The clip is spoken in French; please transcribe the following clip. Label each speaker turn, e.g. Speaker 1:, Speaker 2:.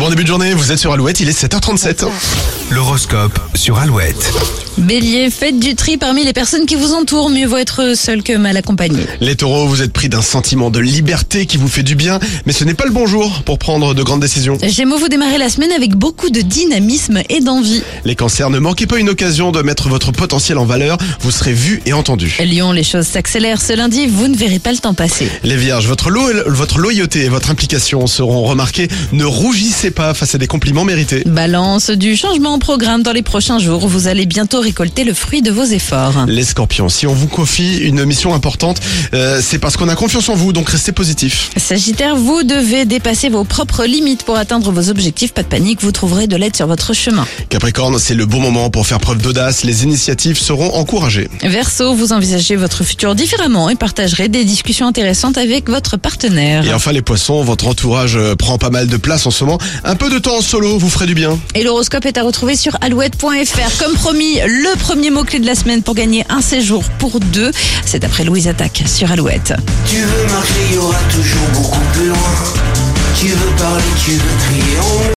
Speaker 1: Bon début de journée, vous êtes sur Alouette, il est 7h37.
Speaker 2: L'horoscope sur Alouette.
Speaker 3: Bélier, faites du tri parmi les personnes qui vous entourent. Mieux vaut être seul que mal accompagné.
Speaker 1: Les taureaux, vous êtes pris d'un sentiment de liberté qui vous fait du bien, mais ce n'est pas le bon jour pour prendre de grandes décisions.
Speaker 3: Gémeaux, vous démarrez la semaine avec beaucoup de dynamisme et d'envie.
Speaker 1: Les cancers, ne manquez pas une occasion de mettre votre potentiel en valeur, vous serez vu et entendu.
Speaker 3: Lyon, les choses s'accélèrent. Ce lundi, vous ne verrez pas le temps passer.
Speaker 1: Les vierges, votre, lo- votre loyauté et votre implication seront remarquées, ne rougissez pas face à des compliments mérités.
Speaker 3: Balance, du changement au programme dans les prochains jours. Vous allez bientôt récolter le fruit de vos efforts.
Speaker 1: Les scorpions, si on vous confie une mission importante, euh, c'est parce qu'on a confiance en vous, donc restez positif.
Speaker 3: Sagittaire, vous devez dépasser vos propres limites pour atteindre vos objectifs. Pas de panique, vous trouverez de l'aide sur votre chemin.
Speaker 1: Capricorne, c'est le bon moment pour faire preuve d'audace, les initiatives seront encouragées.
Speaker 3: Verseau, vous envisagez votre futur différemment et partagerez des discussions intéressantes avec votre partenaire.
Speaker 1: Et enfin les poissons, votre entourage euh, prend pas mal de place en ce moment. Un peu de temps en solo vous ferait du bien.
Speaker 3: Et l'horoscope est à retrouver sur alouette.fr. Comme promis, le premier mot-clé de la semaine pour gagner un séjour pour deux, c'est après Louise Attaque sur Alouette.
Speaker 4: Tu veux marcher, il y aura toujours beaucoup plus loin. Tu veux parler, tu veux trier, on